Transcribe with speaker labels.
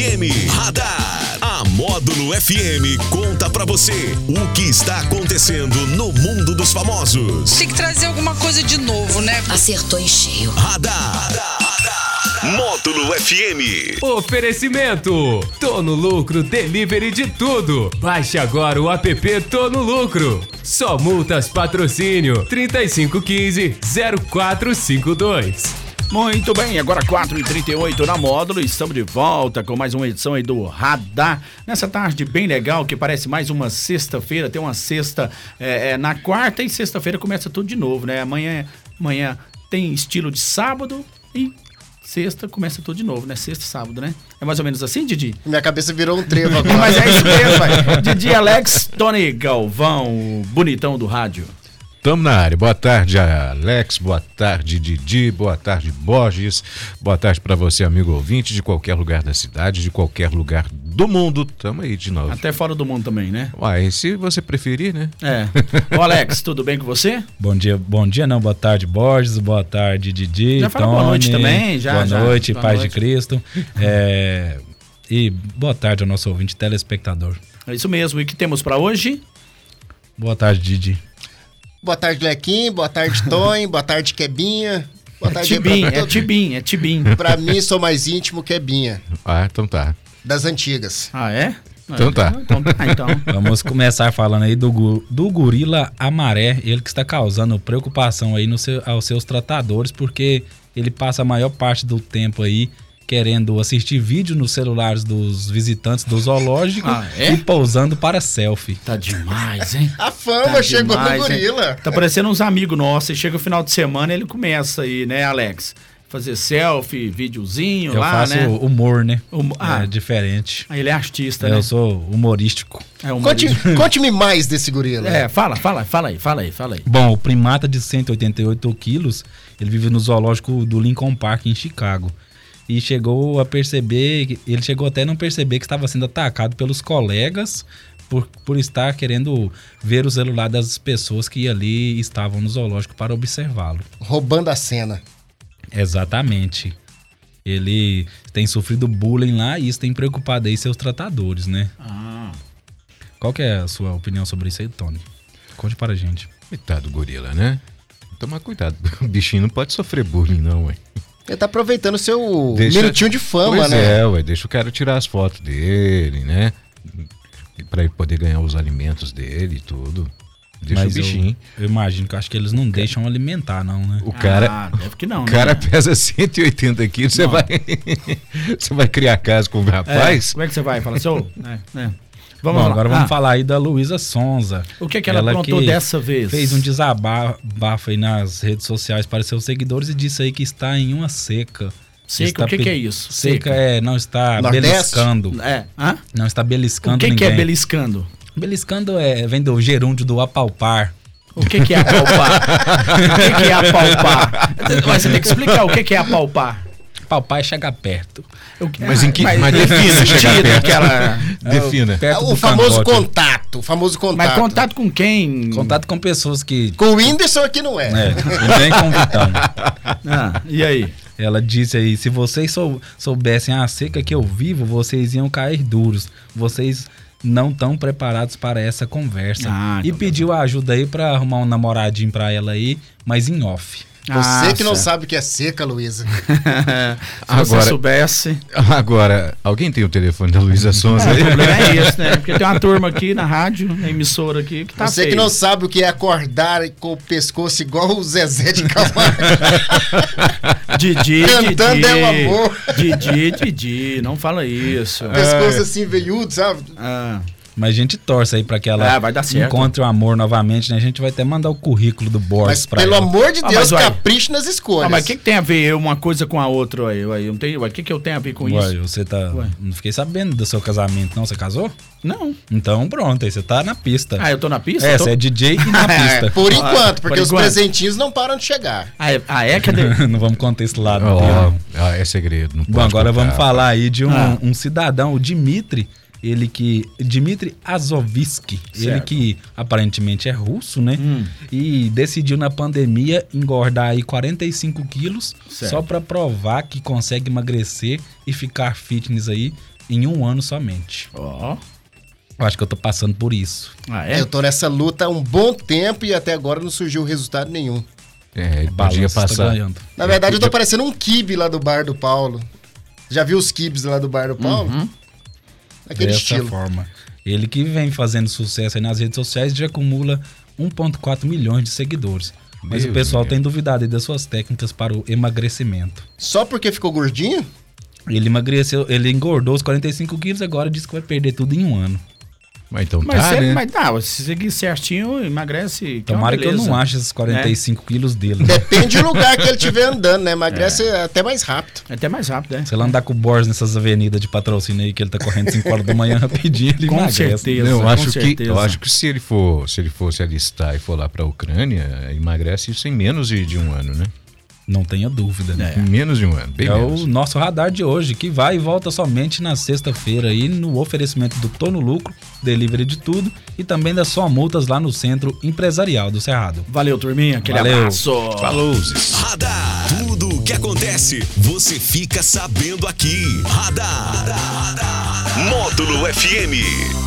Speaker 1: FM Radar. A Módulo FM conta pra você o que está acontecendo no mundo dos famosos.
Speaker 2: Tem que trazer alguma coisa de novo, né?
Speaker 3: Acertou em cheio.
Speaker 1: Radar. Módulo FM.
Speaker 4: Oferecimento: Tô no lucro, delivery de tudo. Baixe agora o app Tô no lucro. Só multas patrocínio 3515 0452.
Speaker 5: Muito bem, agora 4h38 na módulo, estamos de volta com mais uma edição aí do Radar. Nessa tarde bem legal, que parece mais uma sexta-feira, tem uma sexta é, é, na quarta e sexta-feira começa tudo de novo, né? Amanhã, amanhã tem estilo de sábado e sexta começa tudo de novo, né? Sexta e sábado, né? É mais ou menos assim, Didi?
Speaker 6: Minha cabeça virou um trevo agora.
Speaker 5: Mas é isso mesmo, vai. Didi Alex, Tony Galvão, bonitão do rádio.
Speaker 7: Tamo na área. Boa tarde, Alex. Boa tarde, Didi. Boa tarde, Borges. Boa tarde para você, amigo ouvinte, de qualquer lugar da cidade, de qualquer lugar do mundo. Tamo aí de novo.
Speaker 5: Até fora do mundo também, né?
Speaker 7: Uai, se você preferir, né?
Speaker 5: É. Ô Alex, tudo bem com você?
Speaker 8: Bom dia, bom dia não, boa tarde Borges, boa tarde Didi,
Speaker 5: Já fala boa
Speaker 8: Tony.
Speaker 5: noite também, já,
Speaker 8: boa
Speaker 5: já.
Speaker 8: noite,
Speaker 5: Boa
Speaker 8: paz
Speaker 5: noite.
Speaker 8: de Cristo. É, e boa tarde ao nosso ouvinte telespectador.
Speaker 5: É isso mesmo. E o que temos para hoje?
Speaker 8: Boa tarde, Didi.
Speaker 6: Boa tarde, Lequim. Boa tarde, Tonho. Boa tarde, Quebinha. Boa tarde aí pra
Speaker 5: Tibim, é
Speaker 6: todo-
Speaker 5: Tibim, é Tibim.
Speaker 6: Pra mim, sou mais íntimo Quebinha,
Speaker 7: Ah, então tá.
Speaker 6: das antigas.
Speaker 5: Ah, é?
Speaker 7: Então tá.
Speaker 5: Então tá, então.
Speaker 8: Vamos começar falando aí do, gu- do gorila amaré, ele que está causando preocupação aí no seu- aos seus tratadores, porque ele passa a maior parte do tempo aí querendo assistir vídeo nos celulares dos visitantes do zoológico
Speaker 5: Ah, é?
Speaker 8: e pousando para selfie.
Speaker 5: Tá demais, hein?
Speaker 6: A fama
Speaker 5: Tá
Speaker 6: chegou
Speaker 5: demais,
Speaker 6: no
Speaker 5: hein?
Speaker 6: gorila.
Speaker 5: Tá parecendo uns amigos nossos. Aí Chega o final de semana, ele começa aí, né, Alex? Fazer selfie, videozinho
Speaker 8: Eu
Speaker 5: lá,
Speaker 8: faço
Speaker 5: né?
Speaker 8: humor, né?
Speaker 5: Hum- ah.
Speaker 8: É diferente.
Speaker 5: Aí ele é artista, né?
Speaker 8: Eu sou humorístico.
Speaker 5: É um
Speaker 6: Conte- Conte-me mais desse gorila.
Speaker 5: É, fala, fala, fala aí, fala aí, fala aí.
Speaker 8: Bom, o primata de 188 quilos, ele vive no zoológico do Lincoln Park, em Chicago. E chegou a perceber, que- ele chegou até a não perceber que estava sendo atacado pelos colegas por, por estar querendo ver o celular das pessoas que ali estavam no zoológico para observá-lo.
Speaker 6: Roubando a cena.
Speaker 8: Exatamente. Ele tem sofrido bullying lá e isso tem preocupado aí seus tratadores, né?
Speaker 5: Ah.
Speaker 8: Qual que é a sua opinião sobre isso aí, Tony? Conte para a gente.
Speaker 7: Coitado do gorila, né? Tomar cuidado. O bichinho não pode sofrer bullying, não, ué.
Speaker 6: Ele tá aproveitando o seu
Speaker 7: Deixa-
Speaker 6: minutinho de fama,
Speaker 7: pois
Speaker 6: né?
Speaker 7: É, ué. Deixa o cara tirar as fotos dele, né? Pra ele poder ganhar os alimentos dele e tudo. Deixa
Speaker 8: Mas
Speaker 7: o bichinho.
Speaker 8: Eu, eu imagino que eu acho que eles não deixam alimentar, não, né?
Speaker 7: O cara.
Speaker 5: Ah, deve que não,
Speaker 7: O cara
Speaker 5: né?
Speaker 7: pesa 180 quilos, você vai, você vai criar casa com o
Speaker 5: É,
Speaker 7: rapaz?
Speaker 5: como é que você vai? Fala assim, ô, né, né.
Speaker 8: Vamos
Speaker 5: Vamos lá.
Speaker 8: agora vamos
Speaker 5: Ah,
Speaker 8: falar aí da Luísa Sonza.
Speaker 5: O que é que ela aprontou dessa vez?
Speaker 8: Fez um desabafo aí nas redes sociais para seus seguidores e disse aí que está em uma seca.
Speaker 5: Seca,
Speaker 8: Está
Speaker 5: o que
Speaker 8: pe-
Speaker 5: que é isso? Seca.
Speaker 8: Seca, é não está
Speaker 6: Nordeste?
Speaker 8: beliscando.
Speaker 5: É, hã?
Speaker 8: Não está
Speaker 5: O
Speaker 8: beliscando
Speaker 5: que, que
Speaker 8: ninguém.
Speaker 5: é beliscando?
Speaker 8: Beliscando é vem do gerúndio do apalpar.
Speaker 5: O que, que é apalpar? o que, que é apalpar? Mas você tem que explicar o que, que é apalpar.
Speaker 8: Apalpar é chegar perto.
Speaker 5: O que-
Speaker 7: Mas em que- mas
Speaker 5: em que
Speaker 7: defina chegar
Speaker 5: sentido
Speaker 7: perto?
Speaker 5: aquela-
Speaker 8: É
Speaker 5: É.
Speaker 7: Defina.
Speaker 8: Perto
Speaker 6: o
Speaker 8: do
Speaker 6: famoso
Speaker 8: cangote.
Speaker 6: contato. O famoso
Speaker 5: Mas
Speaker 6: contato.
Speaker 5: contato com quem?
Speaker 8: Contato com pessoas que
Speaker 6: Com o Whindersson aqui não é.
Speaker 8: É, vem convidando.
Speaker 5: Ah, e aí?
Speaker 8: Ela disse aí: se vocês sou- soubessem a seca que eu vivo, vocês iam cair duros. Vocês não estão preparados para essa conversa.
Speaker 5: Ah,
Speaker 8: e
Speaker 5: então tá
Speaker 8: pediu ajuda aí pra arrumar um namoradinho pra ela aí, mas em off.
Speaker 6: Você que não
Speaker 5: Nossa.
Speaker 6: sabe o que é seca, Luísa.
Speaker 8: É.
Speaker 5: Se
Speaker 8: Ah,
Speaker 7: Agora-
Speaker 5: você soubesse.
Speaker 7: Agora, alguém tem o telefone da Luísa Sonza
Speaker 5: O
Speaker 7: aí?
Speaker 5: problema é esse, né? Porque tem uma turma aqui na rádio, na emissora aqui, que tá
Speaker 6: Você que
Speaker 5: feio.
Speaker 6: não sabe o que é acordar com o pescoço igual o Zezé de Camargo.
Speaker 5: Didi,
Speaker 6: Cantando
Speaker 5: Didi,
Speaker 6: é um amor.
Speaker 5: Didi, Didi, não fala isso.
Speaker 6: pescoço assim, veiudo, sabe?
Speaker 5: Ah,
Speaker 8: Mas a gente torce aí pra que ela
Speaker 5: Ah, vai dar certo.
Speaker 8: encontre o amor novamente, né? A gente vai até mandar o currículo do Borges
Speaker 6: Mas
Speaker 8: pra
Speaker 6: pelo
Speaker 8: ela.
Speaker 6: amor de
Speaker 5: Ah,
Speaker 6: Deus,
Speaker 5: mas uai.
Speaker 6: capricho nas escolhas.
Speaker 5: Ah, mas o que, que tem a ver uma coisa com a outra aí? Uai, eu não tenho, uai, o que, que eu tenho a ver com
Speaker 8: Ué,
Speaker 5: isso?
Speaker 8: você tá.
Speaker 5: Ué.
Speaker 8: Não fiquei sabendo do seu casamento, não. Você casou?
Speaker 5: Não.
Speaker 8: Então pronto, aí você tá na pista.
Speaker 5: Ah, eu tô na pista?
Speaker 8: é,
Speaker 5: Tô-
Speaker 8: você é DJ e na pista.
Speaker 6: Por
Speaker 5: Ah,
Speaker 6: enquanto,
Speaker 5: por
Speaker 6: porque os
Speaker 5: enquanto.
Speaker 6: presentinhos não param de chegar.
Speaker 5: Ah, é, ah, é? Cadê?
Speaker 8: não vamos contar esse lado.
Speaker 7: Ó,
Speaker 8: dele.
Speaker 7: ó, é segredo, não
Speaker 8: Bom,
Speaker 7: pode
Speaker 8: agora
Speaker 7: contar.
Speaker 8: vamos falar aí de um,
Speaker 5: Ah.
Speaker 8: um cidadão, o Dmitri, ele que. Dmitri Azovsky. Ele
Speaker 5: Certo. Hum.
Speaker 8: que aparentemente é russo, né? E decidiu na pandemia engordar aí 45 quilos
Speaker 5: Certo.
Speaker 8: só pra provar que consegue emagrecer e ficar fitness aí em um ano somente.
Speaker 5: Ó.
Speaker 8: Eu acho que eu tô passando por isso.
Speaker 5: Ah, é?
Speaker 6: Eu tô nessa luta há um bom tempo e até agora não surgiu resultado nenhum.
Speaker 7: É, ele
Speaker 8: Balanço
Speaker 7: podia
Speaker 8: tá
Speaker 7: passar.
Speaker 8: ganhando.
Speaker 5: É,
Speaker 6: Na verdade, eu tô parecendo um kibe lá do bar do Paulo. Já viu os kibes lá do bar do Paulo?
Speaker 5: Uhum.
Speaker 6: Aquele
Speaker 8: dessa
Speaker 6: estilo.
Speaker 8: forma. Ele que vem fazendo sucesso aí nas redes sociais já acumula 1,4 milhões de seguidores. Mas
Speaker 7: Meu
Speaker 8: o pessoal
Speaker 7: Deus.
Speaker 8: tem duvidado aí das suas técnicas para o emagrecimento.
Speaker 6: Só porque ficou gordinho?
Speaker 8: Ele emagreceu, ele engordou os 45 quilos, agora diz que vai perder tudo em um ano.
Speaker 7: Mas então
Speaker 5: Mas, é
Speaker 7: tá,
Speaker 5: se-
Speaker 7: né?
Speaker 5: mas dá, se seguir certinho, emagrece. é uma
Speaker 8: Tomara que eu
Speaker 5: beleza.
Speaker 8: não ache esses 45 quilos dele. né?
Speaker 6: Depende do lugar que ele estiver andando, né? Emagrece até mais rápido.
Speaker 5: É até mais rápido, né?
Speaker 8: Se ele andar com o Borges nessas avenidas de patrocínio aí, que ele tá correndo 5 horas da manhã rapidinho, ele
Speaker 5: Com
Speaker 8: emagrece.
Speaker 5: certeza.
Speaker 7: eu
Speaker 5: com
Speaker 7: acho que
Speaker 5: certeza.
Speaker 7: eu acho que se ele for se ele for se alistar e for lá para a Ucrânia emagrece isso em menos de, de um ano né
Speaker 8: Não tenha dúvida, né?
Speaker 5: É.
Speaker 7: Em menos de um ano bem
Speaker 8: é
Speaker 7: menos
Speaker 8: o nosso radar de hoje, que vai e volta somente na sexta-feira aí no oferecimento do Tô no Lucro, delivery de tudo e também das só multas lá no Centro Empresarial do Cerrado.
Speaker 5: Valeu, turminha. Aquele
Speaker 8: Valeu.
Speaker 5: abraço.
Speaker 7: Falou
Speaker 1: Radar. Tudo o que acontece, você fica sabendo aqui. Radar. Módulo FM.